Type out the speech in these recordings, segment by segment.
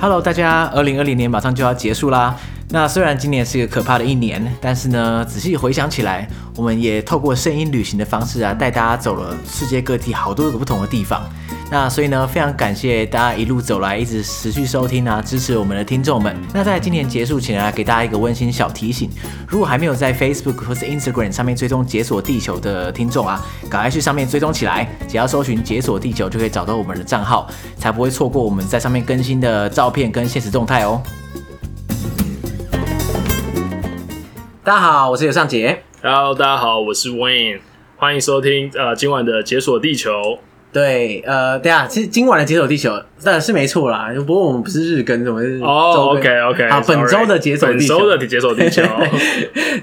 Hello，大家，二零二零年马上就要结束啦。那虽然今年是一个可怕的一年，但是呢，仔细回想起来，我们也透过声音旅行的方式啊，带大家走了世界各地好多个不同的地方。那所以呢，非常感谢大家一路走来一直持续收听啊，支持我们的听众们。那在今年结束前啊，给大家一个温馨小提醒：如果还没有在 Facebook 或是 Instagram 上面追踪“解锁地球”的听众啊，赶快去上面追踪起来，只要搜寻“解锁地球”就可以找到我们的账号，才不会错过我们在上面更新的照片跟现实动态哦。大家好，我是尤尚杰。 Hello，大家好，我是 Wayne，欢迎收听呃今晚的解锁地球。对，呃，对啊，其实今晚的解锁地球，但是没错啦。不过我们不是日更，我们是哦、周 o 更 k OK，好，本周的解锁本地球，周的解锁 地 球。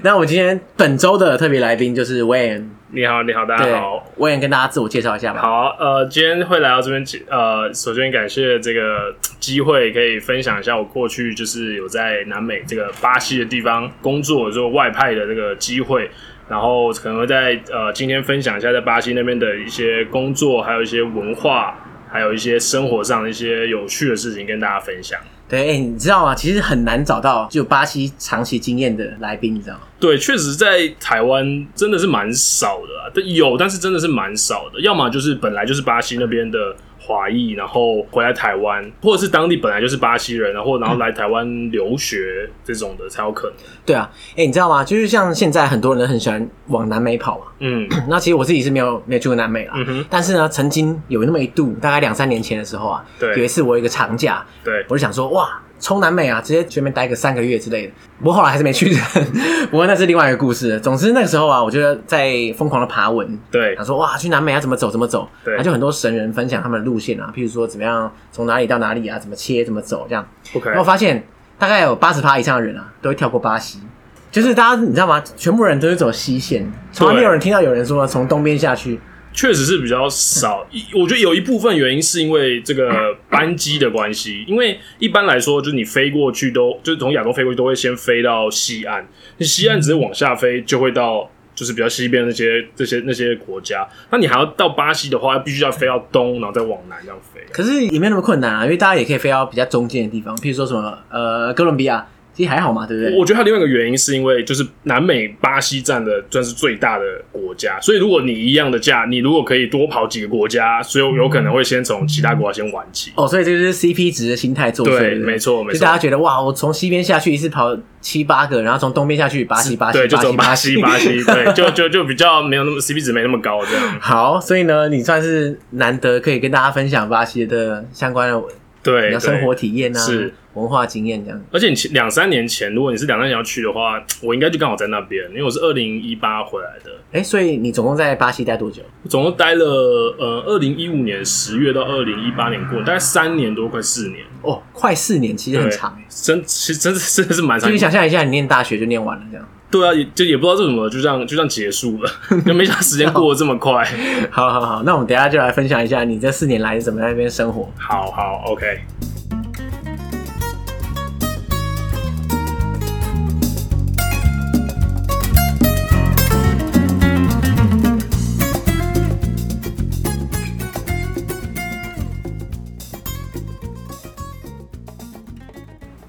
那我们今天本周的特别来宾就是 Wayne，你好，你好，大对家好。 ，Wayne 跟大家自我介绍一下吧。好，呃，今天会来到这边，呃，首先感谢这个机会，可以分享一下我过去就是有在南美这个巴西的地方工作，做外派的这个机会，然后可能会在呃今天分享一下在巴西那边的一些工作，还有一些文化，还有一些生活上的一些有趣的事情跟大家分享。对，哎、你知道吗？其实很难找到就巴西长期经验的来宾，你知道吗？对，确实在台湾真的是蛮少的啊，但有，但是真的是蛮少的。要么就是本来就是巴西那边的华裔，然后回来台湾，或者是当地本来就是巴西人，然后嗯然后来台湾留学这种的才有可能。对啊，哎、你知道吗？就是像现在很多人很喜欢往南美跑嘛。嗯那其实我自己是没有没有去过南美啦，嗯哼，但是呢，曾经有那么一度，大概两三年前的时候啊，有一对次我有一个长假，对，我就想说，哇，冲南美啊，直接去那边待个三个月之类的。不过后来还是没去成，不过那是另外一个故事了。总之那个时候啊，我觉得在疯狂的爬文，对想说哇，去南美要啊怎么走怎么走，对然后就很多神人分享他们的路线啊，譬如说怎么样从哪里到哪里啊，怎么切怎么走这样。 ，OK，然后我发现大概有八十趴以上的人啊，都会跳过巴西。就是大家你知道吗？全部人都是走西线，从来没有人听到有人说从东边下去。确实是比较少。一我觉得有一部分原因是因为这个班机的关系，因为一般来说，就是你飞过去都就是从亚东飞过去都会先飞到西岸，西岸只是往下飞就会到就是比较西边那些这些那些国家。那你还要到巴西的话，必须要飞到东，然后再往南这样飞。可是也没有那么困难啊，因为大家也可以飞到比较中间的地方，譬如说什么呃哥伦比亚，其实还好嘛，对不对？我觉得它另外一个原因是因为就是南美巴西占的算是最大的国家，所以如果你一样的价，你如果可以多跑几个国家，所以有可能会先从其他国家先玩起。哦，所以这就是 CP 值的心态作祟，对，不没。错，没就错。大家觉得哇，我从西边下去一次跑七八个，然后从东边下去巴西巴西对，就巴走西。巴西，巴西，对，就就就比较没有那么 CP 值没那么高这样。 好，所以呢，你算是难得可以跟大家分享巴西的相关的对，你的对生活。体验啊，是文化经验这样。而且你前两三年前，如果你是两三年要去的话，我应该就刚好在那边，因为我是二零一八回来的，哎，所以你总共在巴西待多久？我总共待了呃二零一五年十月到二零一八年过，大概三年多，快四年，哦，快四年，其实很对长哎。真其实真是真的是蛮就长你。想象一下，你念大学就念完了这样。 对啊，也就也不知道是什么，就这样就这样结束了，就没想到时间过得这 么快。好好好，那我们等一下就来分享一下你这四年来是怎么在那边生活。好好，OK。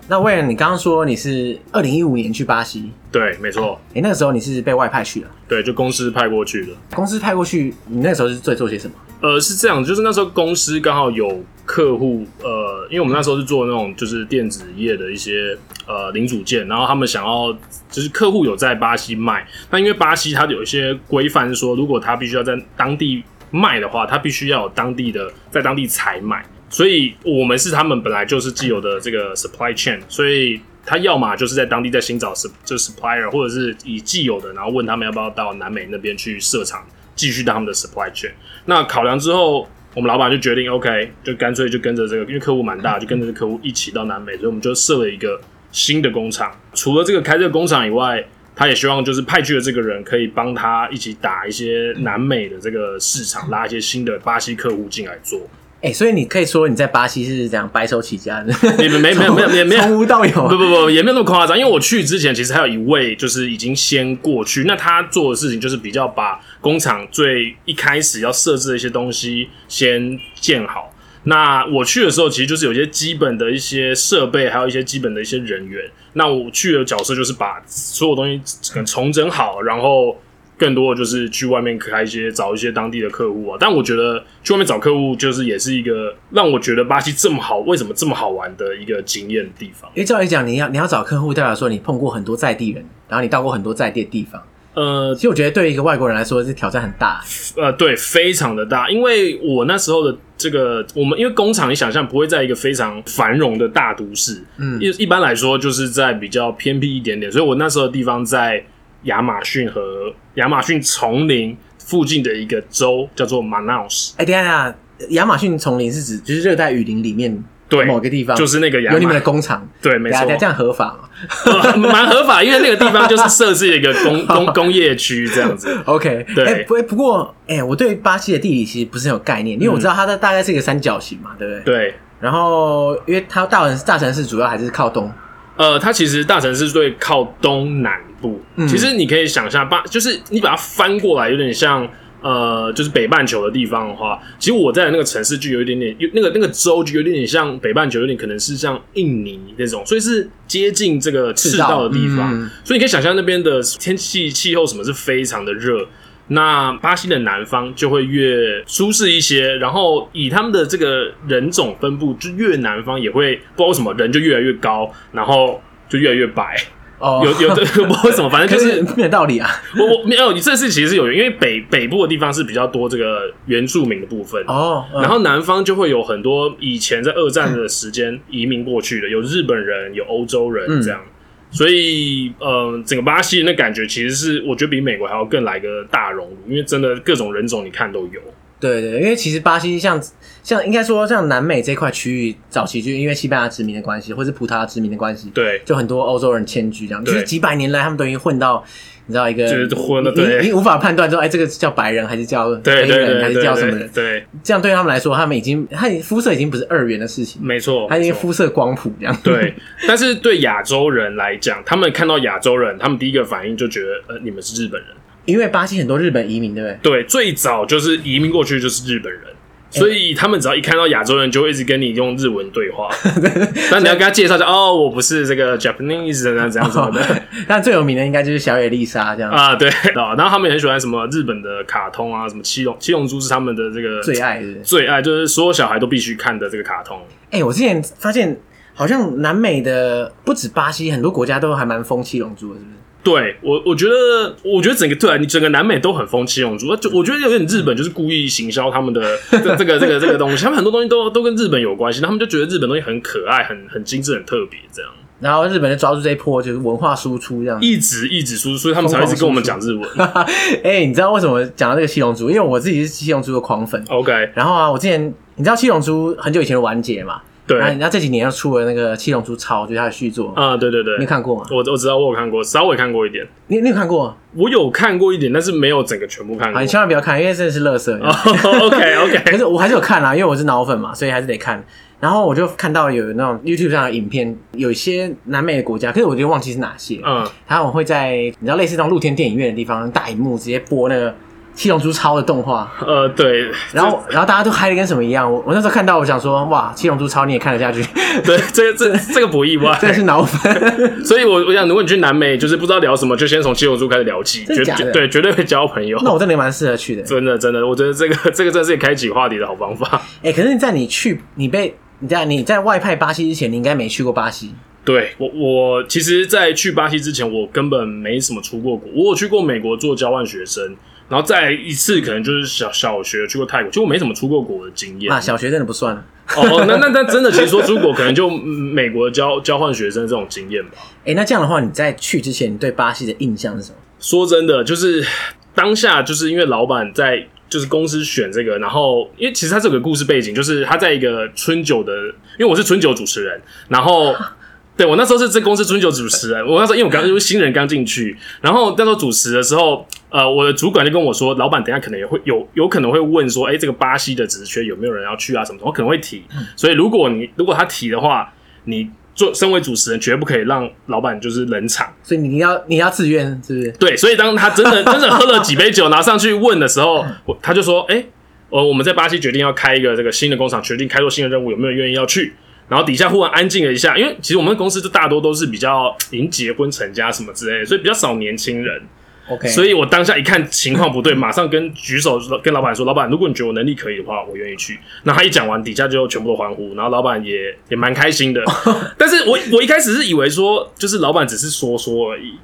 那为了你刚刚说你是二零一五年去巴西，对，没错，哎，那个时候你是被外派去的，对，就公司派过去的。公司派过去，你那个时候是最做些什么？呃，是这样，就是那时候公司刚好有客户，呃，因为我们那时候是做那种就是电子业的一些呃零组件，然后他们想要就是客户有在巴西卖，那因为巴西它有一些规范是说，如果他必须要在当地卖的话，他必须要有当地的在当地采买，所以我们是他们本来就是既有的这个 supply chain，所以。他要么就是在当地再新找 sup 就 supplier，或者是以既有的，然后问他们要不要到南美那边去设厂，继续当他们的 supply chain。那考量之后，我们老板就决定 OK，就干脆就跟着这个，因为客户蛮大，就跟着这个客户一起到南美，所以我们就设了一个新的工厂。除了这个开这个工厂以外，他也希望就是派去的这个人可以帮他一起打一些南美的这个市场，拉一些新的巴西客户进来做。哎、所以你可以说你在巴西是这样白手起家的，没没没没没没 没从无到有不啊。不不，也没有那么夸张，因为我去之前其实还有一位就是已经先过去，那他做的事情就是比较把工厂最一开始要设置的一些东西先建好。那我去的时候，其实就是有一些基本的一些设备，还有一些基本的一些人员。那我去的角色就是把所有东西整个重整好，然后更多的就是去外面开一些找一些当地的客户啊。但我觉得去外面找客户，就是也是一个让我觉得巴西这么好，为什么这么好玩的一个经验的地方。因为照理讲，你要你要找客户，代啊表说你碰过很多在地人，然后你到过很多在地的地方。呃其实我觉得对一个外国人来说，这挑战很大。呃，对，非常的大，因为我那时候的这个，我们因为工厂，你想象不会在一个非常繁荣的大都市，嗯一一般来说就是在比较偏僻一点点，所以我那时候的地方在亚马逊和亚马逊丛林附近的一个州，叫做 Manaus，哎，等一下，等一下亚马逊丛林是指就是热带雨林里面对，某个地方，就是那个亚有你马们的工厂。对，没等一错下，等一下这样合法吗呃 蛮合法，因为那个地方就是设置一个工工工业区这样子， ？OK，对哎不不过，哎、我对巴西的地理其实不是很有概念，因为我知道它的大概是一个三角形嘛，对不对？。对。然后，因为它大城大城市主要还是靠东，呃，它其实大城市最靠东南部。嗯其实你可以想象，把就是你把它翻过来，有点像呃，就是北半球的地方的话，其实我在的那个城市就有一点点，有那个那个州就有点点像北半球，有点可能是像印尼那种，所以是接近这个赤道的地方。嗯所以你可以想象那边的天气气候什么是非常的热。那巴西的南方就会越舒适一些，然后以他们的这个人种分布，就越南方也会不知道为什么人就越来越高，然后就越来越白，哦，有有的不知道为什么，反正可就是是没有道理啊。我我没有，你这次其实是有原因，因为北北部的地方是比较多这个原住民的部分，哦，嗯然后南方就会有很多以前在二战的时间移民过去的，有日本人，有欧洲人嗯这样。所以，呃，整个巴西那感觉其实是，我觉得比美国还要更来个大熔炉，因为真的各种人种你看都有。对对，因为其实巴西像像应该说像南美这块区域，早期就因为西班牙殖民的关系，或是葡萄牙殖民的关系，对，就很多欧洲人迁居这样，就是对几百年来他们都已经混到，你知道一个就是混了你对你你无法判断说，哎，这个叫白人还是叫对黑对人还是对对叫什么对人，对，这样对他们来说，他们已经他肤色已经不是二元的事情，没错，他已没经错肤色光谱这样。对，但是对亚洲人来讲，他们看到亚洲人，他们第一个反应就觉得，呃，你们是日本人。因为巴西很多日本移民，对不对？对，最早就是移民过去就是日本人，所以他们只要一看到亚洲人，就会一直跟你用日文 对话。但你要跟他介绍就哦，我不是这个 Japanese 人啊，怎样怎么的 但最有名的应该就是小野丽莎这样， 啊，对。然后他们也很喜欢什么日本的卡通啊，什么七龙七龙珠是他们的这个最爱是不是。最爱，就是所有小孩都必须看的这个卡通。哎、我之前发现好像南美的不止巴西，很多国家都还蛮风气龙珠的，是不是？对我，我觉得，我觉得整个对啊，你整个南美都很风七龙珠，呃嗯就我觉得有点日本就是故意行销他们 的这这个这个这个东西，他们很多东西都都跟日本有关系，他们就觉得日本东西很可爱、很很精致、很特别，这样然后日本就抓住这一波，就是文化输出这样。一直一直输出，所以他们才会一直跟我们讲日文。 哎、你知道为什么讲到这个七龙珠？因为我自己是七龙珠的狂粉。 OK，然后啊，我之前你知道七龙珠很久以前的完结嘛？对，然后啊、你知道这几年又出了那个七龙珠超，就是它的续作，对对对你有，看过吗？我我知道，我有看过，稍微看过一点，你你有看过？我有看过一点，但是没有整个全部看啊，过你。千万不要看，因为真的是垃圾。 OK 可 OK，是我还是有看啊啦、因为我是脑粉嘛，所以还是得看。然后我就看到有那种 YouTube 上的影片，有一些南美的国家，可是我就忘记是哪些。嗯，他们会在你知道类似那种露天电影院的地方，大荧幕直接播那个《七龙珠超》的动画，呃，对，然后然后大家都嗨的跟什么一样。我我那时候看到，我想说，哇，《七龙珠超》你也看得下去，对，这个这这个不 意外， 真的是脑粉。所以我，我想，如果你去南美，就是不知道聊什么，就先从七龙珠开始聊起，真绝的假的对绝对会交朋友。那我真的蛮适合去的。 真的，真的，我觉得这个这个真的是开启话题的好方法。 哎、可是，在你去，你被你在你在外派巴西之前，你应该没去过巴西。对我，我其实，在去巴西之前，我根本没什么出过国。我有去过美国做交换学生，然后再一次可能就是小小学去过泰国，就我没怎么出过国的经验。 啊，小学真的不算了。哦，哦那那那真的，其实说出国，可能就嗯美国交交换学生这种经验吧。哎、那这样的话，你在去之前，你对巴西的印象是什么？说真的，就是当下就是因为老板在就是公司选这个，然后因为其实他这个故事背景就是他在一个春酒的，因为我是春酒主持人，然后。对，我那时候是这公司春酒主持人，我那时候因为我刚因为新人刚进去，然后那时候主持的时候，呃，我的主管就跟我说，老板等一下可能也会有有可能会问说，哎，这个巴西的职缺有没有人要去啊什么的，我可能会提，所以如果你如果他提的话，你做身为主持人绝不可以让老板就是冷场，所以你要你要自愿是不是？对，所以当他真的真的喝了几杯酒，拿上去问的时候，我他就说：“哎、呃，我们在巴西决定要开一个这个新的工厂，决定开拓新的任务，有没有愿意要去？然后底下忽然安静了一下，因为其实我们公司就大多都是比较已经结婚成家什么之类的，所以比较少年轻人。 OK，所以我当下一看情况不对，马上跟举手跟老板说：“老板，如果你觉得我能力可以的话，我愿意去。”那他一讲完，底下就全部都欢呼，然后老板也也蛮开心的。但是我我一开始是以为说，就是老板只是说说而已。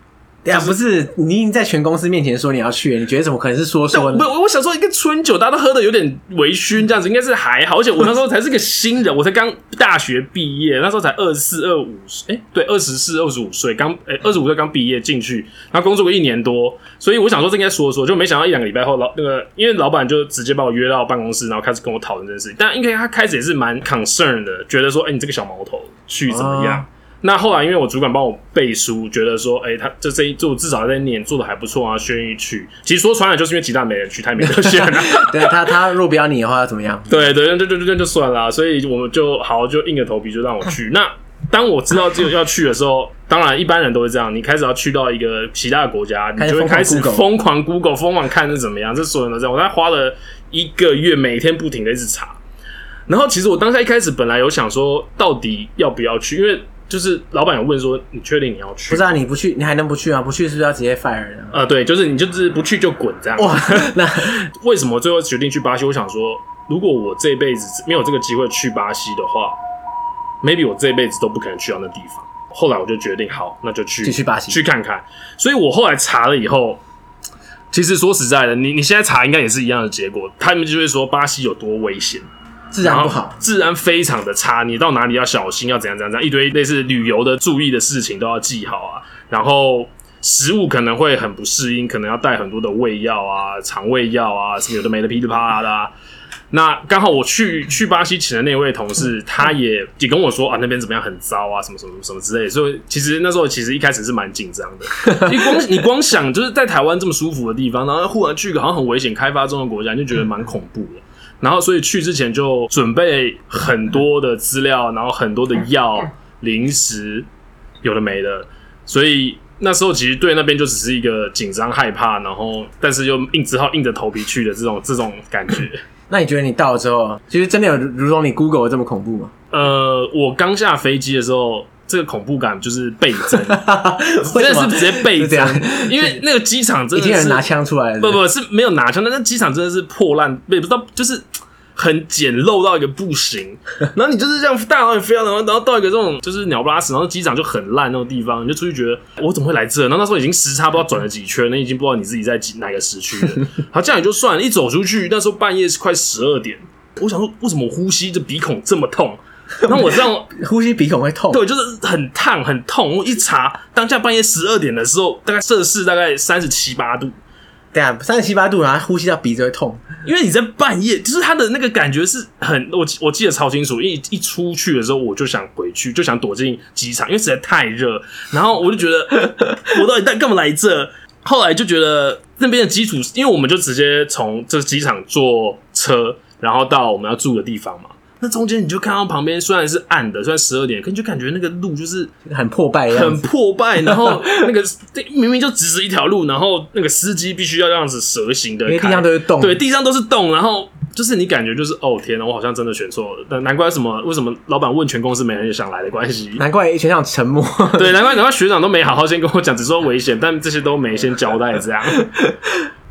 对啊，不是你已经在全公司面前说你要去了，你觉得怎么可能是说但说 我呢？我我想说，一个春酒大家都喝的有点微醺，这样子应该是还好。而且我那时候才是个新人，我才刚大学毕业，那时候才二四二五，哎，对，二十四二十五岁，刚哎二十五岁刚毕业进去，然后工作过一年多，所以我想说这应该说说，就没想到一两个礼拜后老那个，因为老板就直接把我约到办公室，然后开始跟我讨论这件事情。但应该他开始也是蛮 concern 的，觉得说，哎，你这个小毛头去怎么样？哦那后来，因为我主管帮我背书，觉得说，哎、他这这一做至少这一年做的还不错啊，轩逸去。其实说穿了，就是因为吉大没人去，他也没得选啊。对啊，他他若不要你的话要怎么样？对对对对对对，就算了啊、所以我们就好就硬着头皮就让我去。那当我知道这个要去的时候，当然一般人都会这样，你开始要去到一个其他的国家，你开始就会疯狂开始 Google 疯狂 Google，疯狂看是怎么样，这所有人都这样。我大概花了一个月，每天不停的一直查。然后其实我当下一开始本来有想说，到底要不要去，因为就是老板有问说，你确定你要去？不是啊，你不去，你还能不去啊？不去是不是要直接 fire 人啊？呃，对，就是你就是不去就滚这样。哇， 那为什么最后决定去巴西？我想说，如果我这辈子没有这个机会去巴西的话，maybe 我这辈子都不可能去到那地方。后来我就决定，好，那就去就去巴西去看看。所以我后来查了以后，其实说实在的，你你现在查应该也是一样的结果。他们就会说巴西有多危险，自然不然好后。治安非常的差，你到哪里要小心，要怎样怎样怎样，一堆类似旅游的注意的事情都要记好啊。然后食物可能会很不适应，可能要带很多的胃药啊、肠胃药啊，什么有的没的噼里啪啦的、啊。那刚好我去去巴西请的那位同嗯事，他也也跟我说啊，那边怎么样很糟啊，什么什么什么之类的。所以其实那时候其实一开始是蛮紧张 的，你光你光想就是在台湾这么舒服的地方，然后忽然去一个好像很危险、开发中的国家，你就觉得蛮恐怖的。然后所以去之前就准备很多的资料，然后很多的药、嗯零食，有的没的。所以那时候其实对那边就只是一个紧张害怕，然后但是又硬只好硬着头皮去的这种这种 感觉。那你觉得你到了之后，其实真的有如如同你 Google 的这么恐怖 吗？呃，我刚下飞机的时候，这个恐怖感就是倍增， 为真什么的是直接倍是 这增样，因为那个机场真一啊的定有是人拿枪出来了不不是没有拿枪，但那机场真的是破烂，也不知道就是很简陋到一个不行。然后你就是这样大老远飞到，啊然后然后到一个这种就是鸟不拉屎，然后机场就很烂那种地方，你就出去觉得我怎么会来这？然后那时候已经时差不知道转了几圈，那已经不知道你自己在几哪个时区了。好，这样也就算了，一走出去那时候半夜是快十二点，我想说为什么我呼吸这鼻孔这么痛？然后我这样呼吸鼻孔会痛。对，就是很烫很痛。我一查，当下半夜十二点的时候，大概摄氏大概三十七八度，对啊，三十七八度，然后呼吸到鼻子会痛。因为你在半夜，就是他的那个感觉是很，我记我记得超清楚，一一出去的时候我就想回去，就想躲进机场，因为实在太热，然后我就觉得 我到底干干嘛来这？后来就觉得那边的基础，因为我们就直接从这机场坐车，然后到我们要住的地方嘛。那中间你就看到旁边虽然是暗的，虽然十二点，可你就感觉那个路就是很破败的样很子，破败，然后那个 明明就直直一条路，然后那个司机必须要这样子蛇形的，因为地上都是洞对，地上都是洞，然后就是你感觉就是哦天哪，我好像真的选错了，但难怪什么为什么老板问全公司没人想来的关 系，难怪全场沉默。对，难怪难怪学长都没好好先跟我讲，只说危险，但这些都没先交代这样，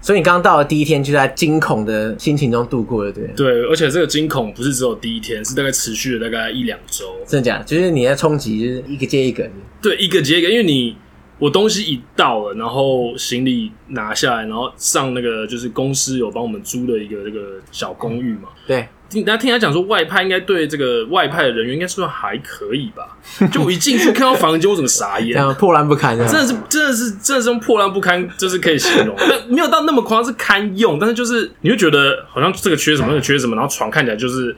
所以你刚刚到的第一天就在惊恐的心情中度过了，对不对？对，而且这个惊恐不是只有第一天，是大概持续了大概一两周，真的假的？就是你的冲击就是一个接一个，对，一个接一个，因为你我东西一到了，然后行李拿下来，然后上那个就是公司有帮我们租的一个这个小公寓嘛。对，你大家听他讲说外派应该对这个外派的人员应该算还可以吧？就我一进去看到房间，我整个傻这眼，样破烂不堪这啊样。真的是真的是真的是用破烂不堪，就是可以形容，但没有到那么夸张，是堪用，但是就是你会觉得好像这个缺什么，那个缺什么，然后床看起来就是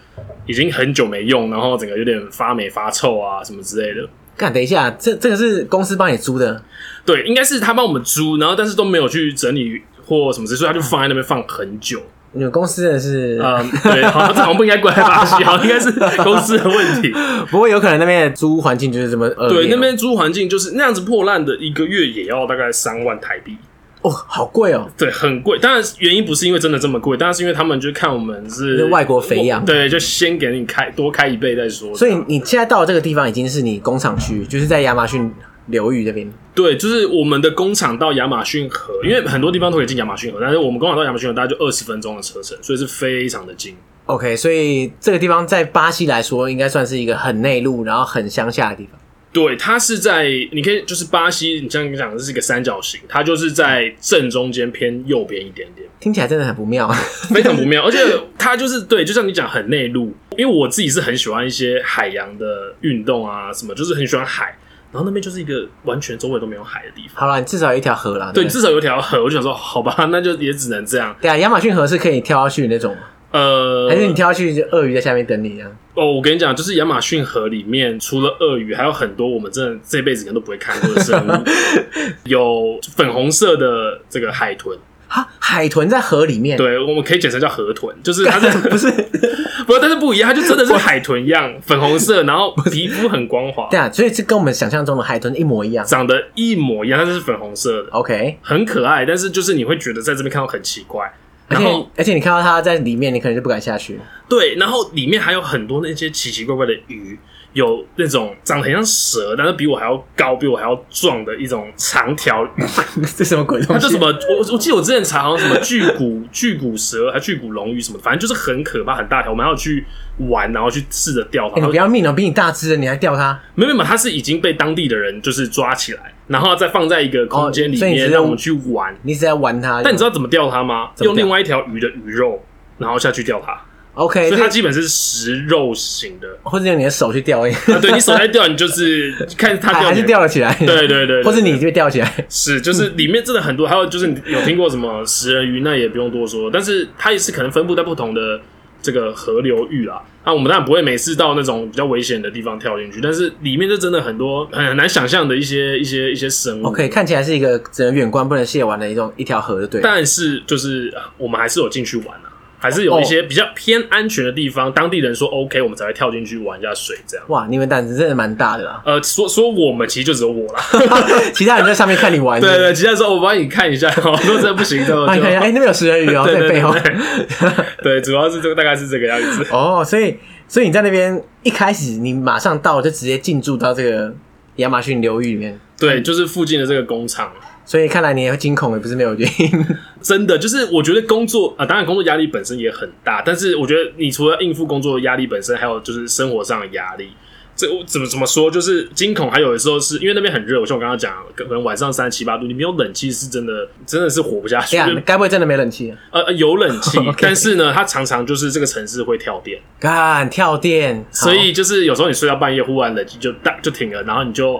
已经很久没用，然后整个有点发霉发臭啊什么之类的。干，等一下，这这个是公司帮你租的，对，应该是他帮我们租，然后但是都没有去整理或什么事，所以他就放在那边放很久。你们公司真的是，嗯，对，好，这好像不应该怪巴西，好，应该是公司的问 题。不过有可能那边的租屋环境就是这么恶劣哦对，那边租环境就是那样子破烂的，一个月也要大概三万台币。哦，好贵哦，对，很贵。当然原因不是因为真的这么贵，当然是因为他们就看我们是是外国肥羊对，就先给你开多开一倍再说。所以你现在到的这个地方已经是你工厂区，就是在亚马逊流域这边。对，就是我们的工厂到亚马逊河，因为很多地方都可以进亚马逊河，但是我们工厂到亚马逊河大概就二十分钟的车程，所以是非常的近。 OK，所以这个地方在巴西来说，应该算是一个很内陆，然后很乡下的地方。对，它是在你可以就是巴西，你像你讲的是一个三角形，它就是在正中间偏右边一点点，听起来真的很不妙。啊非常不妙。而且它就是对，就像你讲很内陆，因为我自己是很喜欢一些海洋的运动啊，什么就是很喜欢海，然后那边就是一个完全周围都没有海的地 方。好了，你至少有一条河啦。对，不至少有一条河，我就想说，好吧，那就也只能这样。对啊，亚马逊河是可以跳下去的那种吗，呃，还是你跳下去，就鳄鱼在下面等你啊？哦，我跟你讲，就是亚马逊河里面除了鳄鱼，还有很多我们真的这辈子可能都不会看过的生物，有粉红色的这个海豚，哈，海豚在河里面，对，我们可以简称叫河豚，就是 它是不是？不，但是不一样，它就真的是海豚一样，粉红色，然后皮肤很光滑 对，啊，所以这跟我们想象中的海豚一模一样。长得一模一样，但是是粉红色的， OK，很可爱，但是就是你会觉得在这边看到很奇怪。而然后且而且你看到它在里面，你可能就不敢下去。 对，然后里面还有很多那些奇奇怪怪的鱼，有那种长得很像蛇，但是比我还要高、比我还要壮的一种长条鱼，这什么鬼它东叫西？ 什么？我我记得我之前查好像什么巨骨 巨骨蛇，还巨骨龙鱼什么，反正就是很可怕、很大条。我们还要去玩，然后去试着钓它。哎你然后不要命了，比你大只的你还钓它？没有没有，它是已经被当地的人就是抓起来，然后再放在一个空间里哦所以你只面，是让我们去玩。你一直在玩它。但你知道怎么钓它吗？怎么用钓另外一条鱼的鱼肉，然后下去钓它。 OK，所以它这基本是食肉型的。或者用你的手去钓，啊，对你手在钓，你就是看它 还钓还你是的，钓了起来。对对对，对嗯或者你就钓起来。是就是里面真的很多，还有就是你有听过什么食人鱼，那也不用多说，但是它也是可能分布在不同的这个河流域啦。那、我们当然不会每次到那种比较危险的地方跳进去，但是里面就真的很多很很难想象的一些 一些一些生物。 OK，看起来是一个只能远观不能亵玩的一种一条河，对了。但是就是我们还是有进去玩啊，还是有一些比较偏安全的地方，当地人说 OK，我们才会跳进去玩一下水这样。哇，你们胆子真的蛮大的 啦！呃，说说我们其实就只有我 啦，其他人在上面看你玩，对对，其他时候我帮你看一下，哦我说这不行，就帮你看一下，哎、就那边有食人鱼哦、 对在对背后。对， 主要是这个大概是这个样 子。哦，所以所以你在那边一开始你马上到就直接进驻到这个亚马逊流域里面，对，就是附近的这个工厂，所以看来你也会惊恐，也不是没有原因。真的就是我觉得工作啊、当然工作压力本身也很大，但是我觉得你除了应付工作的压力本身，还有就是生活上的压力。这我怎么怎么说？就是惊恐，还有的时候是因为那边很热，像我刚刚讲，可能晚上三七八度，你没有冷气是真的，真的是活不下去对。啊 就， 该不会真的没冷气、啊？呃，呃有冷 气 OK 但是呢，它常常就是这个城市会跳电。干跳电，好所以就是有时候你睡到半夜，忽然冷气就哒就停了，然后你就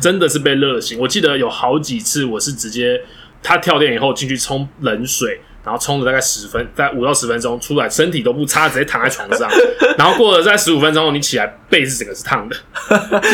真的是被热醒。我记得有好几次我是直接他跳电以后进去冲冷水，然后冲了大概十分，大概五到十分钟出来，身体都不擦，直接躺在床上。然后过了在十五分钟后，你起来背是整个是烫的，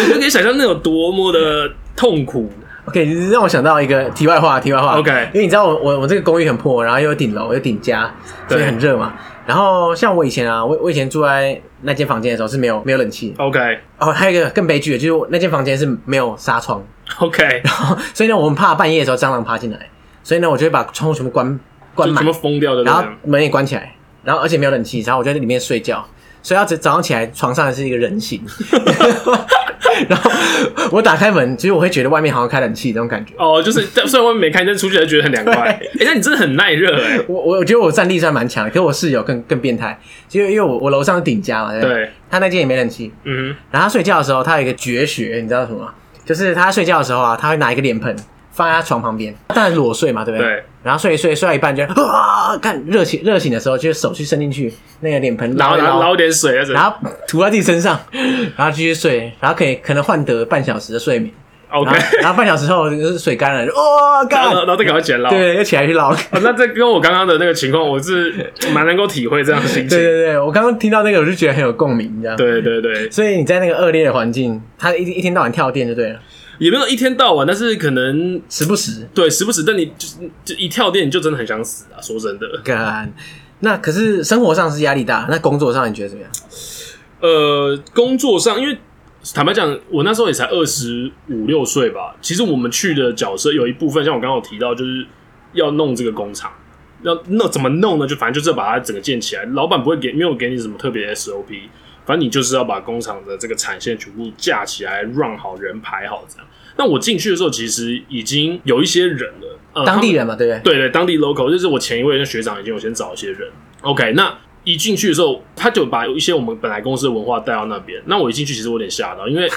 你就可以想象那有多么的痛苦。 OK，你让我想到一个题外话，题外话。 OK 因为你知道我我我这个公寓很破，然后又有顶楼，又顶家，所以对很热嘛。然后像我以前啊，我我以前住在那间房间的时候是没有没有冷气， OK 哦，还有一个更悲剧的就是我那间房间是没有纱窗， OK， 所以呢，我们怕半夜的时候蟑螂爬进来，所以呢，我就会把窗户全部关关就满全部，疯掉的然那后样。门也关起来，然后而且没有冷气，然后我就在里面睡觉，睡到早早上起来，床上是一个人形， 然后我打开门，其实我会觉得外面好像开冷气那种感觉。哦，就是虽然外面没开，但出去还是觉得很凉 快。哎、那你真的很耐热哎、我我我觉得我战力算蛮强的，可是我室友更更变态，因为因为我我楼上是顶家嘛，对不对对，他那间也没冷气，嗯然后他睡觉的时候，他有一个绝学，你知道什么吗？就是他睡觉的时候啊，他会拿一个脸盆放在他床旁边，当然裸睡嘛，对哼，不对？对。然后睡一睡，睡到一半就啊，看热醒热醒的时候，就手去伸进去那个脸盆然后捞一然后捞，捞点水啊，然然后后涂在自己身上，然后继续睡，然后可以可能换得半小时的睡眠， OK， 然后然后半小时后就是水干了，就 哦，然后干，然后再赶快捡 捞。对，又起来去捞。哦那这跟我刚刚的那个情况，我是蛮能够体会这样的心 对情。对对，我刚刚听到那个，我就觉得很有共鸣，你知道吗？对对对，所以你在那个恶劣的环境，他一一天到晚跳电就对了，也没有一天到晚，但是可能时不时。对时不时，但你就是就一跳电，你就真的很想死啊！说真的，干。那可是生活上是压力大，那工作上你觉得怎么样？呃，工作上，因为坦白讲，我那时候也才二十五六岁吧。其实我们去的角色有一部分，像我刚刚有提到，就是要弄这个工厂，要弄怎么弄呢？就反正就是要把它整个建起来，老板不会给没有给你什么特别的 SOP，反正你就是要把工厂的这个产线全部架起来，run 好人排好这样。那我进去的时候，其实已经有一些人了，呃、当地人。人嘛，对哦不对？对对，当地 local 就是我前一位的学长已经有先找一些人。OK，那一进去的时候，他就把一些我们本来公司的文化带到那边。那我一进去，其实我有点吓到，因为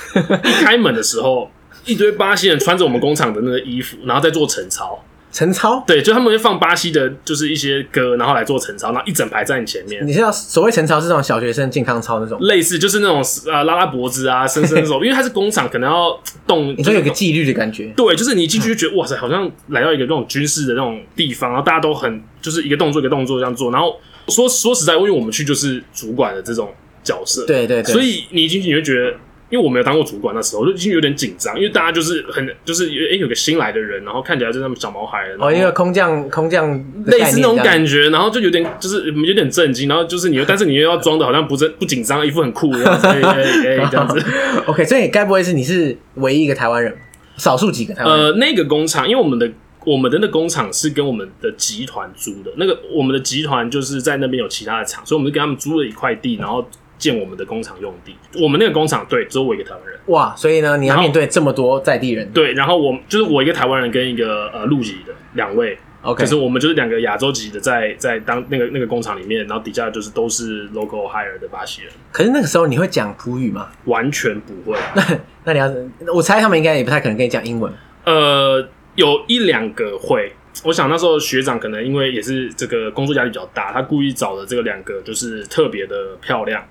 一开门的时候， 一堆巴西人穿着我们工厂的那个衣服，然后在做晨操。陈超，对，就他们会放巴西的，就是一些歌，然后来做晨操，然后一整排在你前面。你知道所谓陈超是那种小学生健康操那种，类似就是那种呃拉拉脖子啊、伸 伸手，因为它是工厂，可能要动。你说有个纪律的感觉，对，就是你一进去就觉得哇塞，好像来到一个那种军事的那种地方，然后大家都很就是一个动作一个动作这样做。然后说说实在，因为我们去就是主管的这种角色，，对对对，所以你一进去你会觉得，因为我没有当过主管那时候，我就已经有点紧张，因为大家就是很就是哎有诶有个新来的人，然后看起来就那么小毛孩了，然后哦，因为空降空降的类似那种概念感觉，然后就有点就是嗯有点震惊，然后就是你又但是你又要装的好像不是不紧张，一副很酷的样子，哎哎哎这样子。这样 OK，所以该不会是你是唯一一个台湾人，少数几个台湾人？呃，那个工厂，因为我们的我们的那工厂是跟我们的集团租的，那个我们的集团就是在那边有其他的厂，所以我们就跟他们租了一块地，然后建我们的工厂用地。我们那个工厂对，只有我一个台湾人，哇，所以呢，你要呃然后面对这么多在地人对，然后我就是我一个台湾人跟一个呃陆籍的两位。 ，OK，就是我们就是两个亚洲籍的在在当那个那个工厂里面，然后底下就是都是 local hire 的巴西人，可是那个时候你会讲葡语吗？完全不会。那你要，我猜他们应该也不太可能跟你讲英文。呃，有一两个会。我想那时候学长可能因为也是这个工作压力比较大，他故意找的这个两个就是特别的 漂亮，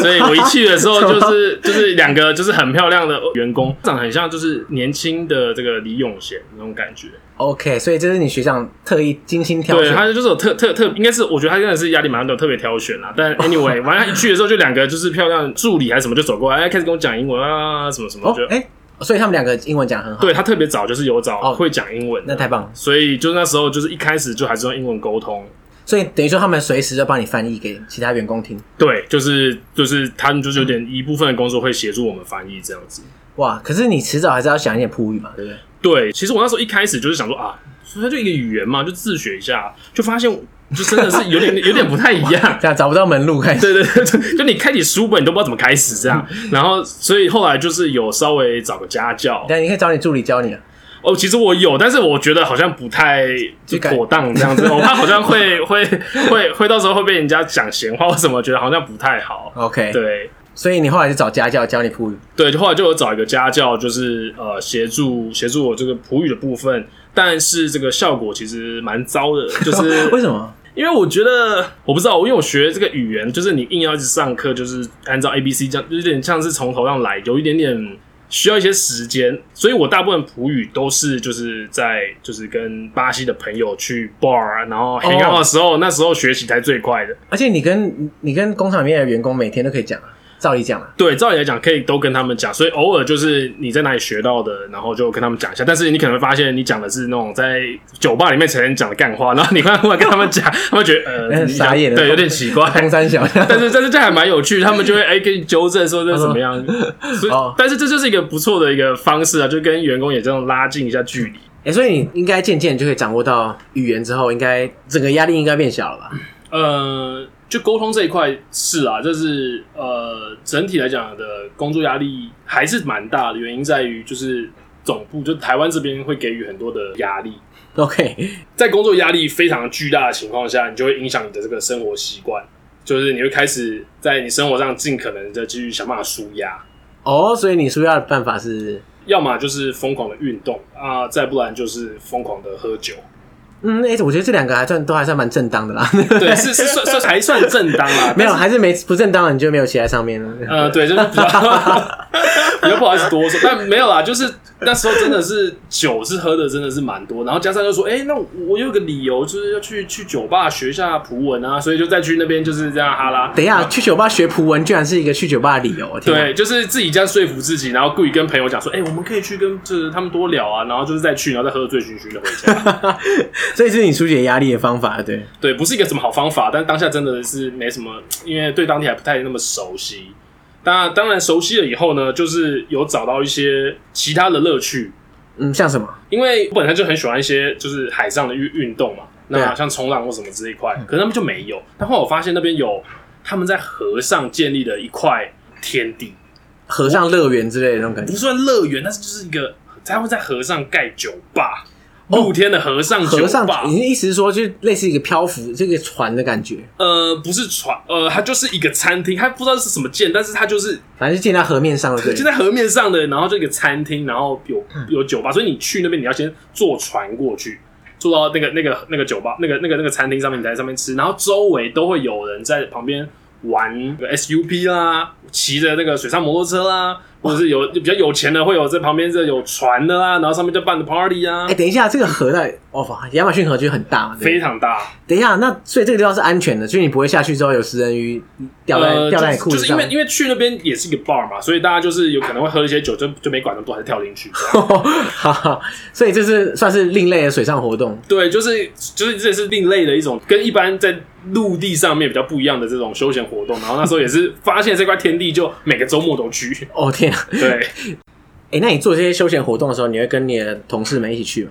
所以我一去的时候就是就是两个就是很漂亮的员工，长得很像就是年轻的这个李永贤那种感觉。 OK，所以这是你学长特意精心挑对，选。他就是有特特特，应该是我觉得他真的是压力蛮大，有特别挑选啦。 但 anyway，完了，他一去的时候就两个就是漂亮助理还是什么就走过来，哎，开始跟我讲英文啊什么什么，哦就，哎、所以他们两个英文讲得很好。，对他特别早就是有找哦会讲英文的，那太棒了。所以就那时候就是一开始就还是用英文沟通。所以等于说他们随时要帮你翻译给其他员工听。对，就是就是他们就是有点一部分的工作会协助我们翻译这样子。哇，可是你迟早还是要想一点葡语嘛，对不对？对，其实我那时候一开始就是想说啊，它就一个语言嘛，就自学一下，就发现就真的是有点有点不太一样。 这样找不到门路开始。对对对，就就你开启书本，你都不知道怎么开始这样。然后，所以后来就是有稍微找个家教但你可以找你助理教你啊。哦。其实我有，但是我觉得好像不太就感妥当这样子，我怕好像会会会会到时候会被人家讲闲话或什么，觉得好像不太好。 OK，对所以你后来就找家教教你葡语。对，就后来就有找一个家教，就是呃协助协助我这个普语的部分，但是这个效果其实蛮糟的，就 为是什么？因为我觉得我不知道，因为我学这个语言，就是你硬要一直上课，就是按照 A B C 这样，有点像是从头上来，有一点点。需要一些时间，所以我大部分普语都是就是在就是跟巴西的朋友去 bar，然后 hang out 的时候那时候学习才最快的。而且你跟你跟工厂里面的员工每天都可以讲啊，照理讲啊。对，照理来讲可以都跟他们讲，所以偶尔就是你在哪里学到的，然后就跟他们讲一下。但是你可能会发现，你讲的是那种在酒吧里面成人讲的干话，然后你忽然忽然跟他们讲，他们觉 得呃，很你讲哎傻眼对，有点奇怪。东 三小，但是但是这还蛮有趣，他们就会哎、给你纠正说这怎么样。所以哦，但是这就是一个不错的一个方式啊，就跟员工也这样拉近一下距离。哎、所以你应该渐渐就可以掌握到语言之后，应该整个压力应该变小了吧？呃，就沟通这一块是啊，就是呃，整体来讲的工作压力还是蛮大的，原因在于就是总部，就台湾这边会给予很多的压力， OK， 在工作压力非常巨大的情况下，你就会影响你的这个生活习惯，就是你会开始在你生活上尽可能的去想办法舒压，哦、所以你输要的办法是，要么就是疯狂的运动啊、再不然就是疯狂的喝酒。嗯，哎、我觉得这两个还算都还算蛮正当的啦。对，是是算算还算正当啊 啦，没有，还是没不正当的，你就没有写在上面了。呃，对，就是比较 比较不好意思多说，但没有啦，就是那时候真的是酒是喝的真的是蛮多，然后加上就说，哎、那我有个理由就是要去去酒吧学一下葡文啊，所以就再去那边就是这样哈拉。等一下，去酒吧学葡文居然是一个去酒吧的理由，我天啊！呃对，就是自己这样说服自己，然后故意跟朋友讲说，哎、我们可以去跟就是他们多聊啊，然后就是再去，然后再喝醉醺醺的回家。 所以是你疏解压力的方法，对。对，不是一个什么好方法，但当下真的是没什么，因为对当地还不太那么熟悉。那当然熟悉了以后呢，就是有找到一些其他的乐趣，嗯，像什么？因为我本来就很喜欢一些就是海上的运运动嘛，对那啊嗯像冲浪或什么这一块，可是他们就没有。但后来我发现那边有他们在河上建立了一块天地，河上乐园之类的那种感不觉。算乐园，但是就是一个他会在河上盖酒吧，露天的河上酒哦河上吧，，你的意思是说，就类似一个漂浮这个船的感觉，呃，不是船，呃，它就是一个餐厅，它不知道是什么建，但是它就是反正就建在河面上的，对就。在河面上的，然后就一个餐厅，然后有嗯有酒吧，所以你去那边你要先坐船过去，坐到那个那个那个酒吧那个那个那个餐厅上面，你在上面吃，然后周围都会有人在旁边玩那个 SUP 啦，啊骑着那个水上摩托车啦，或者是有比较有钱的会有在旁边这有船的啊啦，然后上面就办的 party 啊哎、，等一下，这个河在哦，哇亚马逊河就很大嘛，对不对非常大。等一下，那所以这个地方是安全的，所以你不会下去之后有食人鱼掉在、呃，掉在就你是裤子就是上。因 为因为去那边也是一个 bar 嘛，所以大家就是有可能会喝一些酒，就就没管那么多，还是跳进去。哈哈，所以这是算是另类的水上活动。对，就是就是这也是另类的一种，跟一般在陆地上面比较不一样的这种休闲活动。然后那时候也是发现这块天地，就每个周末都去。哦天啊！对，哎、那你做这些休闲活动的时候，你会跟你的同事们一起去吗？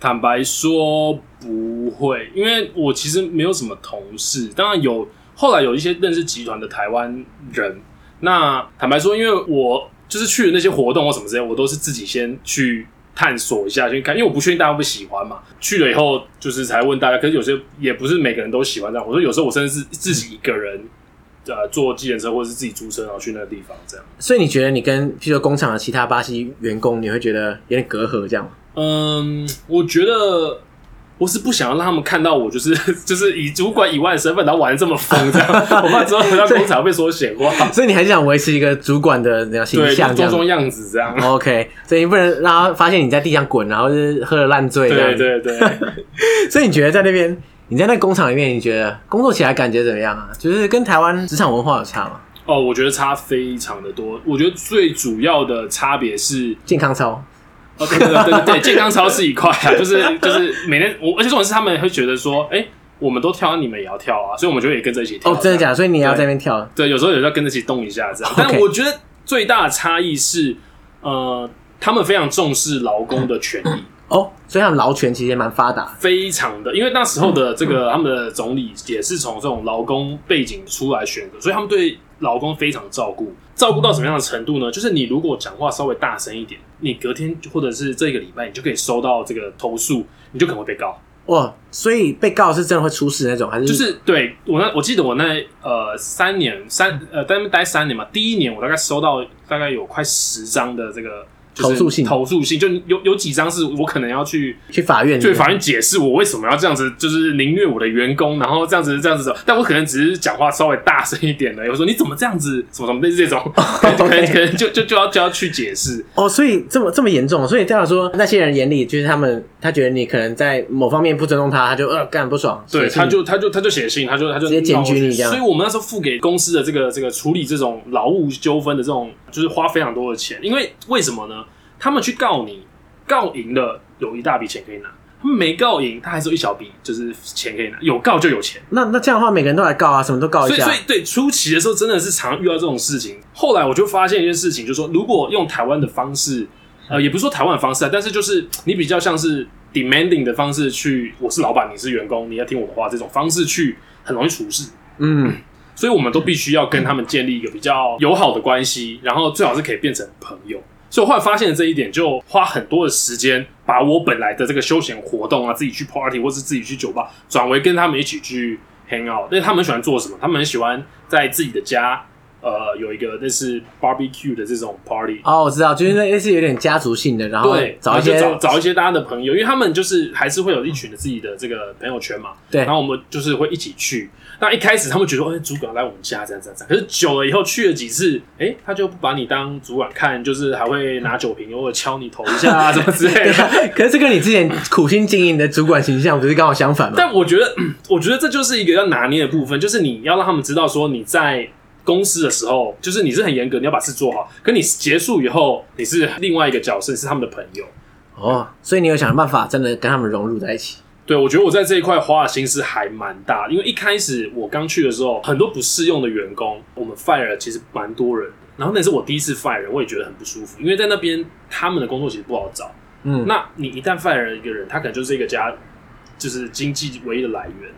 坦白说不会，因为我其实没有什么同事，当然有后来有一些认识集团的台湾人。那坦白说，因为我就是去的那些活动或什么之类，我都是自己先去探索一下，先看，因为我不确定大家会不会喜欢嘛。去了以后就是才问大家，可是有些也不是每个人都喜欢这样。我说有时候我甚至是自己一个人，呃，坐计程车或者是自己租车然后去那个地方这样。所以你觉得你跟譬如说工厂的其他巴西员工，你会觉得有点隔阂这样吗？嗯，我觉得我是不想要让他们看到我就是 就是以主管以外的身份，然后玩得这么 疯这样，我怕之后回到工厂会被说闲话，所以你还是想维持一个主管的那样形对，就象这装装样。样子这样。 OK，所以你不能让他发现你在地上滚，然后就是喝了烂醉这样。对对对，所以你觉得在那边，你在那个工厂里面，你觉得工作起来感觉怎么样啊？就是跟台湾职场文化有差吗？哦，我觉得差非常的多。我觉得最主要的差别是，健康操，哦，对对对对对，健康操是一块啊， 就是就是每天我，而且重点是他们会觉得说，哎、我们都跳，你们也要跳啊，所以我们就也跟着一起跳。哦，真的假的？所以你也要对在那边跳，啊对，有时候也要跟着一起动一下这样。但 OK 我觉得最大的差异是，呃，他们非常重视劳工的权益，哦，所以他们劳权其实也蛮发达。非常的，因为那时候的这个他们的总理也是从这种劳工背景出来选的，所以他们对劳工非常照顾，照顾到什么样的程度呢？就是你如果讲话稍微大声一点，你隔天或者是这个礼拜，你就可以收到这个投诉，你就可能会被告。哇，所以被告是真的会出事那种，还是就是对我那我记得我那呃三年三呃在那边待三年嘛，第一年我大概收到大概有快十张的这个。就是投诉信投诉信就有有几张是我可能要去去法院里面？对法院解释我为什么要这样子，就是凌虐我的员工，然后这样子这样子走，但我可能只是讲话稍微大声一点的，我说你怎么这样子，什么什么类似这种， 可能可能可能就就就要就要去解释，哦，所以这么这么严重，啊所以代表说那些人眼里就是他们，他觉得你可能在某方面不尊重他，他就呃干不爽，写对，信他就他就他就写信，他就他就直接检举闹过去你这样所以我们那时候付给公司的这个这个处理这种劳务纠纷的这种，就是花非常多的钱，因为为什么呢？他们去告你，告赢了有一大笔钱可以拿，他们没告赢，他还是有一小笔就是钱可以拿，有告就有钱。那那这样的话，每个人都来告啊，什么都告一所以，下所以，对初期的时候真的是常遇到这种事情。后来我就发现一件事情，就是说，如果用台湾的方式，呃，嗯也不是说台湾的方式啊，但是就是你比较像是 demanding 的方式去，我是老板，你是员工，你要听我的话，这种方式去很容易出事。嗯，所以我们都必须要跟他们建立一个比较友好的关系，然后最好是可以变成朋友。所以我后来发现了这一点，就花很多的时间把我本来的这个休闲活动啊，自己去 party 或是自己去酒吧，转为跟他们一起去 hang out。因为他们喜欢做什么？他们很喜欢在自己的家，呃，有一个类似 barbecue 的这种 party，哦，我知道，就是那类似有点家族性的，然后对，找一然些后 就找找一些大家的朋友，因为他们就是还是会有一群的自己的这个朋友圈嘛。对然后我们就是会一起去。那一开始他们觉得，哎、主管来我们家这样这样这样，可是久了以后去了几次，哎、他就不把你当主管看，就是还会拿酒瓶偶尔敲你头一下啊，什么之类对的。 啊，可是这跟你之前苦心经营的主管形象不是刚好相反吗？但我觉得，我觉得这就是一个要拿捏的部分，就是你要让他们知道说你在公司的时候，就是你是很严格，你要把事做好。可你结束以后，你是另外一个角色，你是他们的朋友。哦，所以你有想办法真的跟他们融入在一起。对，我觉得我在这一块花的心思还蛮大的，因为一开始我刚去的时候，很多不适用的员工，我们 fire 了其实蛮多人的。然后那是我第一次 fire 人，我也觉得很不舒服，因为在那边他们的工作其实不好找，嗯那你一旦 fire 了一个人，他可能就是这个家就是经济唯一的来源，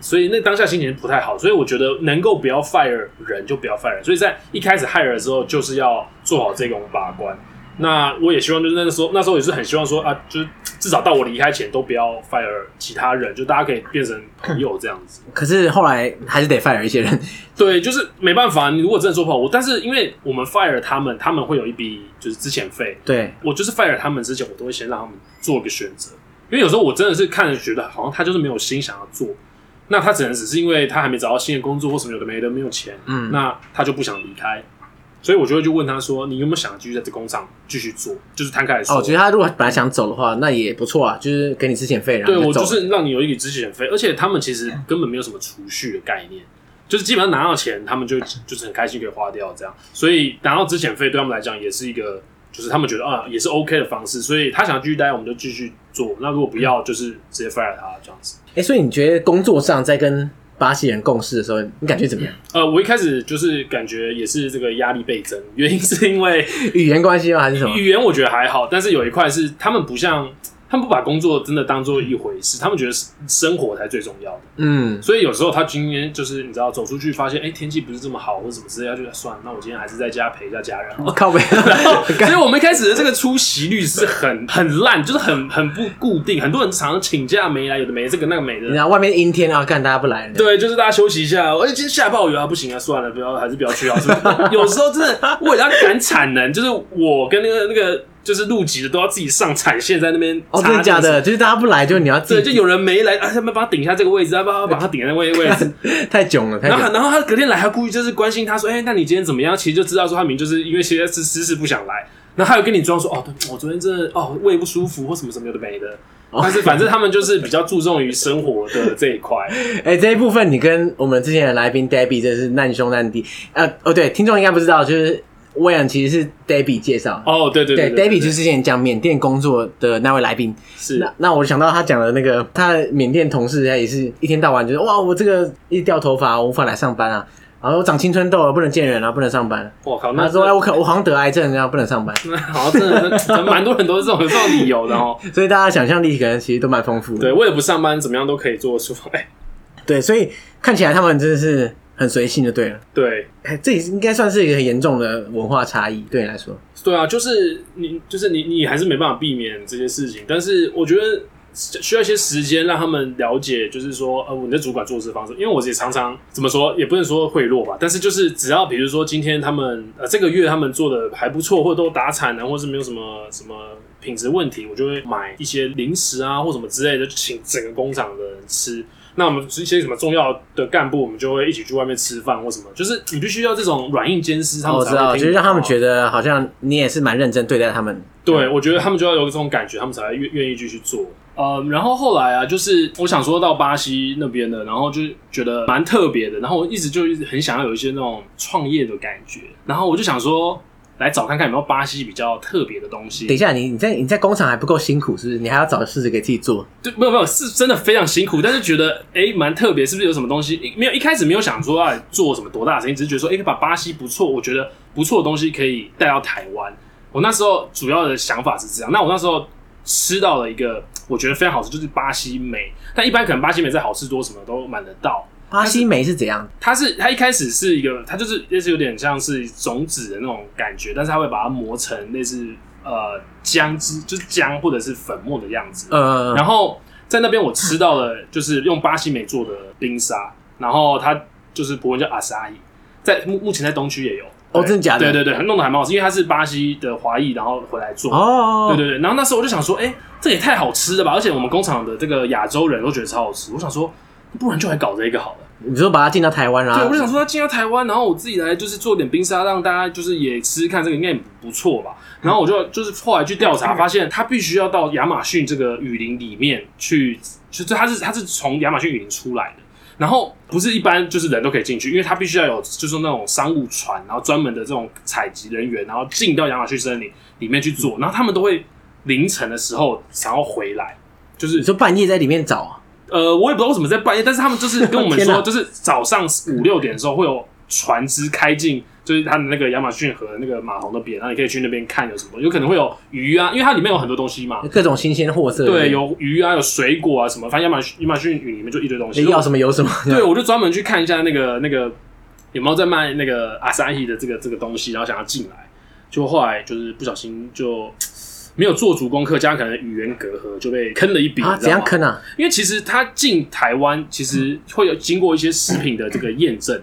所以那当下心情不太好。所以我觉得能够不要 fire 人就不要 fire 人。所以在一开始 hire 的时候，就是要做好这种把关。那我也希望就是那个时候，那时候也是很希望说啊，就是至少到我离开前都不要 fire 其他人，就大家可以变成朋友这样子。可是后来还是得 fire 一些人，对，就是没办法，你如果真的做不好，我但是因为我们 fire 他们，他们会有一笔就是之前费，对，我就是 fire 他们之前，我都会先让他们做个选择，因为有时候我真的是看着觉得好像他就是没有心想要做，那他只能只是因为他还没找到新的工作或什么有的没的，没有钱，嗯那他就不想离开，所以我就会去问他说，你有没有想继续在这工厂继续做？就是摊开来说，哦，我觉得他如果本来想走的话，那也不错啊，就是给你之前费，然后对我走就。是让你有一笔之前费，而且他们其实根本没有什么储蓄的概念，就是基本上拿到钱，他们就就是很开心可以花掉这样，所以拿到之前费对他们来讲也是一个，就是他们觉得啊也是 OK 的方式，所以他想继续待，我们就继续做，那如果不要就是直接 fire 他这样子。哎、所以你觉得工作上在跟巴西人共事的时候，你感觉怎么样？ 呃，我一开始就是感觉也是这个压力倍增，原因是因为语言关系吗？还是什么？语言我觉得还好，但是有一块是他们不像，他们不把工作真的当做一回事，他们觉得生活才最重要的。嗯，所以有时候他今天就是你知道走出去发现哎、诶天气不是这么好或者什么之类，他就说算了，那我今天还是在家陪一下家人。我、 靠 北，所以我们一开始的这个出席率是很很烂，就是很很不固定，很多人常常请假没来，有的没这个那个没你知的。道外面阴天啊，干大家不来了。，对，就是大家休息一下。哎、今天下暴雨啊，不行啊，算了，不要，还是不要去啊好。是不是 有时候真的为了要赶产能，就是我跟那个那个就是录集的都要自己上产线，在那边哦，真的插那假个什么的？就是大家不来，就你要自对，己就有人没来，啊，他们帮他顶一下这个位置，要不要把他顶在那位位置？ 太囧了，太然囧了。后，然后他隔天来，还故意就是关心他说：“哎、那你今天怎么样？”其实就知道说他明就是因为现在是私事不想来，然后他又跟你装说：“哦，对我昨天真的哦胃不舒服或什么什么有的没的。”但是反正他们就是比较注重于生活的这一块，哎、这一部分你跟我们之前的来宾 Debbie 真是难兄难弟。呃，哦，对，听众应该不知道，就是威尔其实是 Debbie 介绍。哦，对对对 d e b b i e 就是是之前讲缅甸工作的那位来宾，是那那我想到他讲的那个，他的缅甸同事他也是一天到晚就是哇，我这个一直掉头发，我无法来上班啊，然后我长青春痘了，不能见人啊，不能上班。我靠，然那后说哎，我 可我好像得癌症，啊然后不能上班。那好像真的是蛮多人都是这种这种理由的哦。所以大家想象力可能其实都蛮丰富的。 对，为了不上班，怎么样都可以做出来。对，所以看起来他们真的是很随性就对了。对，哎，这也是应该算是一个很严重的文化差异，对你来说，对啊，就是你，就是你，你还是没办法避免这些事情。但是我觉得需要一些时间让他们了解，就是说，呃，我的主管做事方式。因为我也常常怎么说，也不能说贿赂吧，但是就是只要比如说今天他们呃这个月他们做的还不错，或者都打产能，或是没有什么什么品质问题，我就会买一些零食啊或什么之类的，就请整个工厂的人吃。那我们一些什么重要的干部，我们就会一起去外面吃饭或什么，就是你必须要这种软硬兼施，他哦们我才知会道，听就是让他们你觉得好像你也是蛮认真对待他们。对，我觉得他们就要有这种感觉，他们才会愿愿意继续做。呃，然后后来啊，就是我想说到巴西那边的，然后就觉得蛮特别的，然后我一直就一直很想要有一些那种创业的感觉，然后我就想说来找看看有没有巴西比较特别的东西。等一下，你你在你在工厂还不够辛苦，是不是？你还要找事情给自己做？对，没有没有，是真的非常辛苦，但是觉得哎蛮特别，是不是有什么东西？一没有一开始没有想说要做什么多大的生意，只是觉得说哎把巴西不错，我觉得不错的东西可以带到台湾。我那时候主要的想法是这样，那我那时候吃到了一个我觉得非常好吃，就是巴西梅，但一般可能巴西梅在好吃多什么都买得到，巴西梅是怎样？它是它一开始是一个，它就是类似有点像是种子的那种感觉，但是它会把它磨成类似呃姜汁，就是姜或者是粉末的样子。呃，然后在那边我吃到了，就是用巴西梅做的冰沙，然后它就是葡文叫阿沙伊，在目目前在东区也有。哦对真的假的对对对，弄得还蛮好吃，因为它是巴西的华裔，然后回来做。哦，对对对，然后那时候我就想说，哎、这也太好吃了吧！而且我们工厂的这个亚洲人都觉得超好吃，我想说，不然就来搞这个好了。你说把它进到台湾啦？对，我就想说他进到台湾，然后我自己来就是做点冰沙，让大家就是也吃吃看，这个应该也不错吧。然后我就就是后来去调查，发现他必须要到亚马逊这个雨林里面去，就是他是他是从亚马逊雨林出来的。然后不是一般就是人都可以进去，因为他必须要有就是那种商务船，然后专门的这种采集人员，然后进到亚马逊森林里面去做。然后他们都会凌晨的时候想要回来，就是你说半夜在里面找啊， 呃，我也不知道为什么在半夜，但是他们就是跟我们天哪说，就是早上五六点的时候会有船只开进，就是他们那个亚马逊河的那个码头那边，然后你可以去那边看有什么，有可能会有鱼啊，因为它里面有很多东西嘛。各种新鲜货色。对，有鱼啊，有水果啊，什么，反正亚马逊亚马逊雨里面就一堆东西。哎要什么有什么。对，我就专门去看一下那个那个有没有在卖那个阿萨伊的这个这个东西，然后想要进来，就后来就是不小心就没有做足功课，加上可能语言隔阂就被坑了一笔啊，你知怎道样吗坑啊？因为其实它进台湾其实会有经过一些食品的这个验证，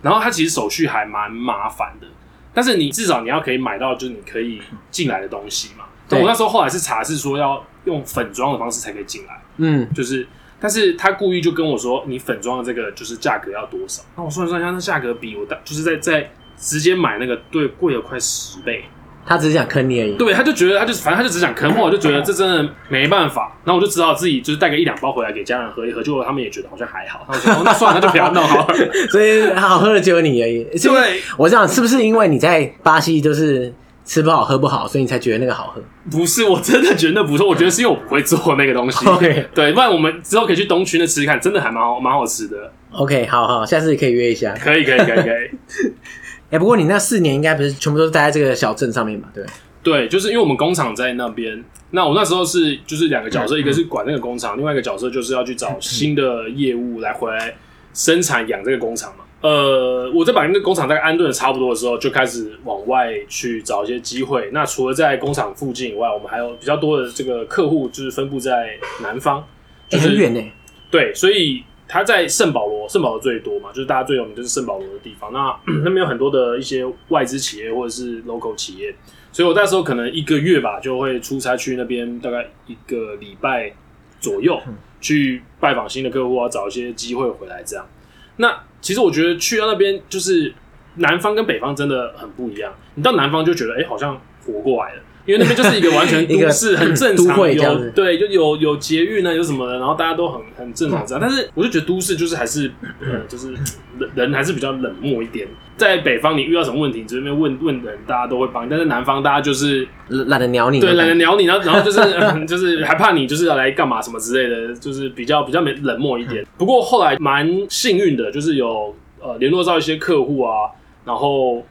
然后它其实手续还蛮麻烦的，但是你至少你要可以买到就是你可以进来的东西嘛。对我那时候后来是查是说要用粉装的方式才可以进来。嗯，就是，但是他故意就跟我说，你粉装的这个就是价格要多少？那我算了算一下，那价格比我大，就是在在直接买那个对贵了快十倍。他只是想坑你而已。对，他就觉得他就反正他就只想坑货，我就觉得这真的没办法。然后我就只好自己就是带个一两包回来给家人喝一喝，结果他们也觉得好像还好。他们说、哦、那算了，那就不要弄好了。所以好喝的只有你而已。是不是对，我想是不是因为你在巴西就是吃不好喝不好，所以你才觉得那个好喝？不是，我真的觉得不错。我觉得是因为我不会做那个东西。 OK 对，不然我们之后可以去东区那吃吃看，真的还蛮好，蛮好吃的。 OK，好好，下次可以约一下。可以，可以，可以，可以。哎、不过你那四年应该不是全部都是待在这个小镇上面吧？对，哎对，就是因为我们工厂在那边，那我那时候是就是两个角色，一个是管那个工厂，另外一个角色就是要去找新的业务来回来生产养这个工厂嘛。呃，我在把那个工厂大概安顿的差不多的时候，就开始往外去找一些机会。那除了在工厂附近以外，我们还有比较多的这个客户就是分布在南方，就哎是很远呢、对，所以他在圣保罗，圣保罗最多嘛，就是大家最有名就是圣保罗的地方。那 那边有很多的一些外资企业或者是 local 企业，所以我那时候可能一个月吧，就会出差去那边大概一个礼拜左右，去拜访新的客户啊，找一些机会回来这样。那其实我觉得去到那边就是南方跟北方真的很不一样。你到南方就觉得哎、诶好像活过来了，因为那边就是一个完全 一个都市，很正常，都会这样有子对，就有有节育呢，有什么的，然后大家都很很正嗯常这样。但是我就觉得都市就是还是呃，就是人人还是比较冷漠一点。在北方，你遇到什么问题，你这边问问人，大家都会帮你；但是南方，大家就是懒懒得鸟你。对，懒得。鸟你，然后然后就是 嗯就是还怕你就是要来干嘛什么之类的，就是比较比较没冷漠一点。不过后来蛮幸运的，就是有呃联络到一些客户啊，然后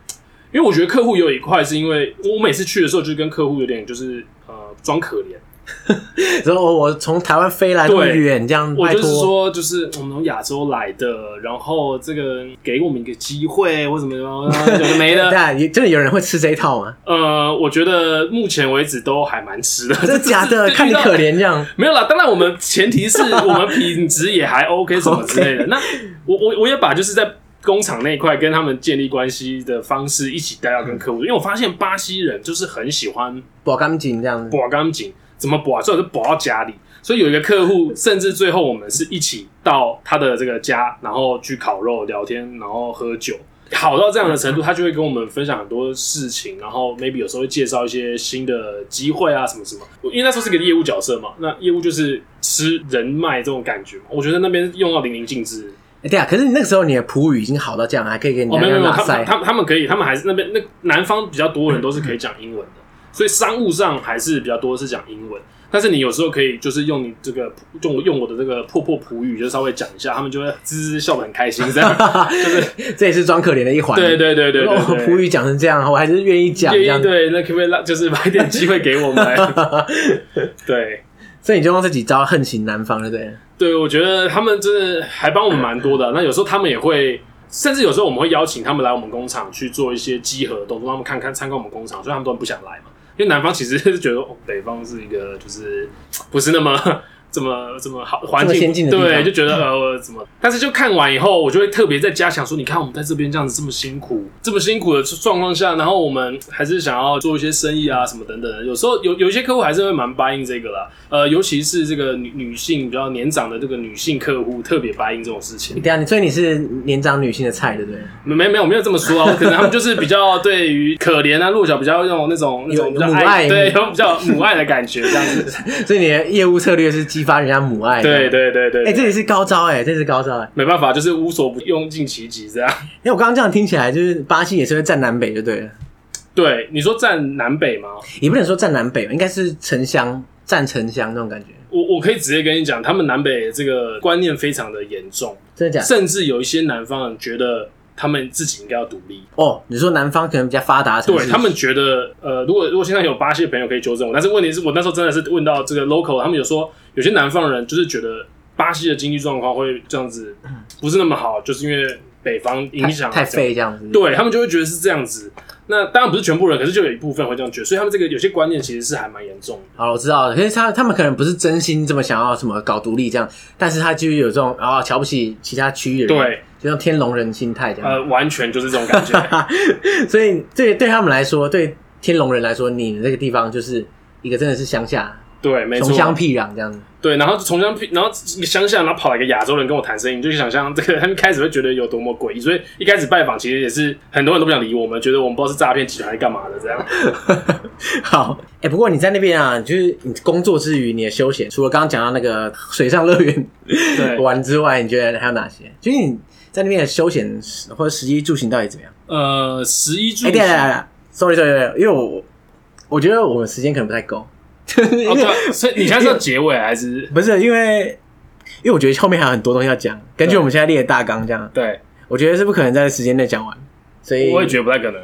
因为我觉得客户有一块是因为我每次去的时候就跟客户有点就是呃装可怜，然后哦我从台湾飞来那么对远，这样嗯我拜就托。是说就是我们从亚洲来的，然后这个给我们一个机会或什么什 么然后就没了对。啊，也真的有人会吃这一套吗？呃，我觉得目前为止都还蛮吃的，真的假的？ 这这看你遇到可怜这样，没有啦，当然我们前提是我们品质也还 OK 什么之类的。那我我我也把就是在工厂那一块跟他们建立关系的方式一起带到跟客户，因为我发现巴西人就是很喜欢保干净这样子。拔钢琴，怎么拔最后就拔到家里。所以有一个客户，甚至最后我们是一起到他的这个家，然后去烤肉、聊天，然后喝酒。好到这样的程度，他就会跟我们分享很多事情，然后 maybe 有时候会介绍一些新的机会啊，什么什么。因为那时候是个业务角色嘛，那业务就是吃人脉这种感觉嘛，我觉得那边用到淋漓尽致。哎，对啊，可是你那个时候你的普语已经好到这样，还可以给你哦，家没有没有，拉他塞们。他们他们可以，他们还是那边那南方比较多人都是可以讲英文嗯的，所以商务上还是比较多是讲英文。但是你有时候可以就是用你这个用我用我的这个破破普语，就稍微讲一下，他们就会滋滋笑得很开心，这样就是这也是装可怜的一环。对对对对哦对普对。语讲成这样，我还是愿意讲这愿样意。对，那可不可以让就是把一点机会给我 们？对所以你就用这几招横行南方，对不对？对，我觉得他们真的还帮我们蛮多的。啊那有时候他们也会，甚至有时候我们会邀请他们来我们工厂去做一些集合的动作，让他们看看参观我们工厂，所以他们都很不想来嘛。因为南方其实是觉得、哦、北方是一个就是不是那么 这么这么好环这么境，先进的地对，方就觉得呃我怎么？但是就看完以后，我就会特别在家想说，你看我们在这边这样子这么辛苦，这么辛苦的状况下，然后我们还是想要做一些生意啊什么等等的。有时候有有一些客户还是会蛮 buy in 这个啦，呃，尤其是这个女女性比较年长的这个女性客户特别 buy in 这种事情。对啊，你所以你是年长女性的菜，对不对？ 没没没有没有这么说啊，可能他们就是比较对于可怜啊弱小比较用那种那种有比较母爱对，有比较母爱的感觉这样子。 所以你的业务策略是激发人家母爱。对。对对对，哎、这也是高招哎、这是高招哎、没办法，就是无所不用尽其极这样。因为我刚刚这样听起来，就是巴西也是会占南北就对了，对，你说占南北吗？也不能说占南北，应该是城乡占城乡那种感觉，我我可以直接跟你讲，他们南北这个观念非常的严重，啊真的假的？甚至有一些南方人觉得。他们自己应该要独立。哦，你说南方可能比较发达的城市，对他们觉得，呃，如果如果现在有巴西的朋友可以纠正我，但是问题是我那时候真的是问到这个 local，他们有说有些南方人就是觉得巴西的经济状况会这样子不是那么好，就是因为北方影嗯响太太这样废这样子。对他们就会觉得是这样子。那当然不是全部人，可是就有一部分会这样觉得，所以他们这个有些观念其实是还蛮严重的。好了，我知道了。可是他他们可能不是真心这么想要什么搞独立这样，但是他就是有这种啊、瞧不起其他区域的人，对，就像天龙人心态这样。呃，完全就是这种感觉。 所以对对他们来说，对天龙人来说，你的这个地方就是一个真的是乡下，对，没错穷。乡僻壤这 样子。对，然后从乡僻，然后乡下，然后跑来一个亚洲人跟我谈生意，你就想象这个他 们一开始会觉得有多么诡异，所以一开始拜访其实也是很多人都不想理我们，觉得我们不知道是诈骗集团还是干嘛的这样。好，哎、不过你在那边啊，就是你工作之余，你的休闲，除了刚刚讲到那个水上乐园对，玩之外，你觉得还有哪些？就是你在那边的休闲或者食衣住行到底怎么样？呃，十一住哎、行，对对对对，sorry sorry，sorry，因为我我觉得我们时间可能不太够， 就是因哦为、对，所以你现在是要结尾还是？不是因为因为我觉得后面还有很多东西要讲，根据对我们现在列的大纲这样，对，我觉得是不可能在时间内讲完，所以我也觉得不太可能。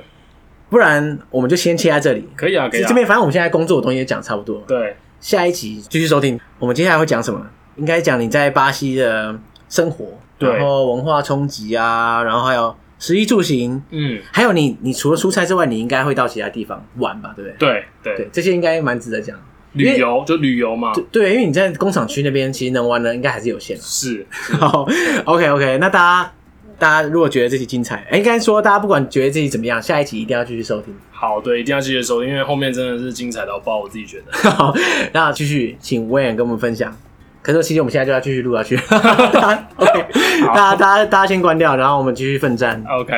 不然我们就先切在这里。可以啊，可以啊。这边反正我们现在工作的东西也讲差不多了，对，下一集继续收听。我们接下来会讲什么？应该讲你在巴西的生活，对然后文化冲击啊，然后还有食衣住行，嗯，还有你你除了蔬菜之外，你应该会到其他地方玩吧，对不对？对对，对，这些应该蛮值得讲。因旅为游就旅游嘛，对对，因为你在工厂区那边，其实能玩的应该还是有限的。是 好，OK OK，那大家大家如果觉得这集精彩，哎应该说大家不管觉得这集怎么样，下一集一定要继续收听。 好，对，一定要记得收听，因为后面真的是精彩到爆，我自己觉得。好，那继续请威远跟我们分享。可是其实我们现在就要继续录下去 大家，OK，好大家大家大家先关掉，然后我们继续奋战。 OK，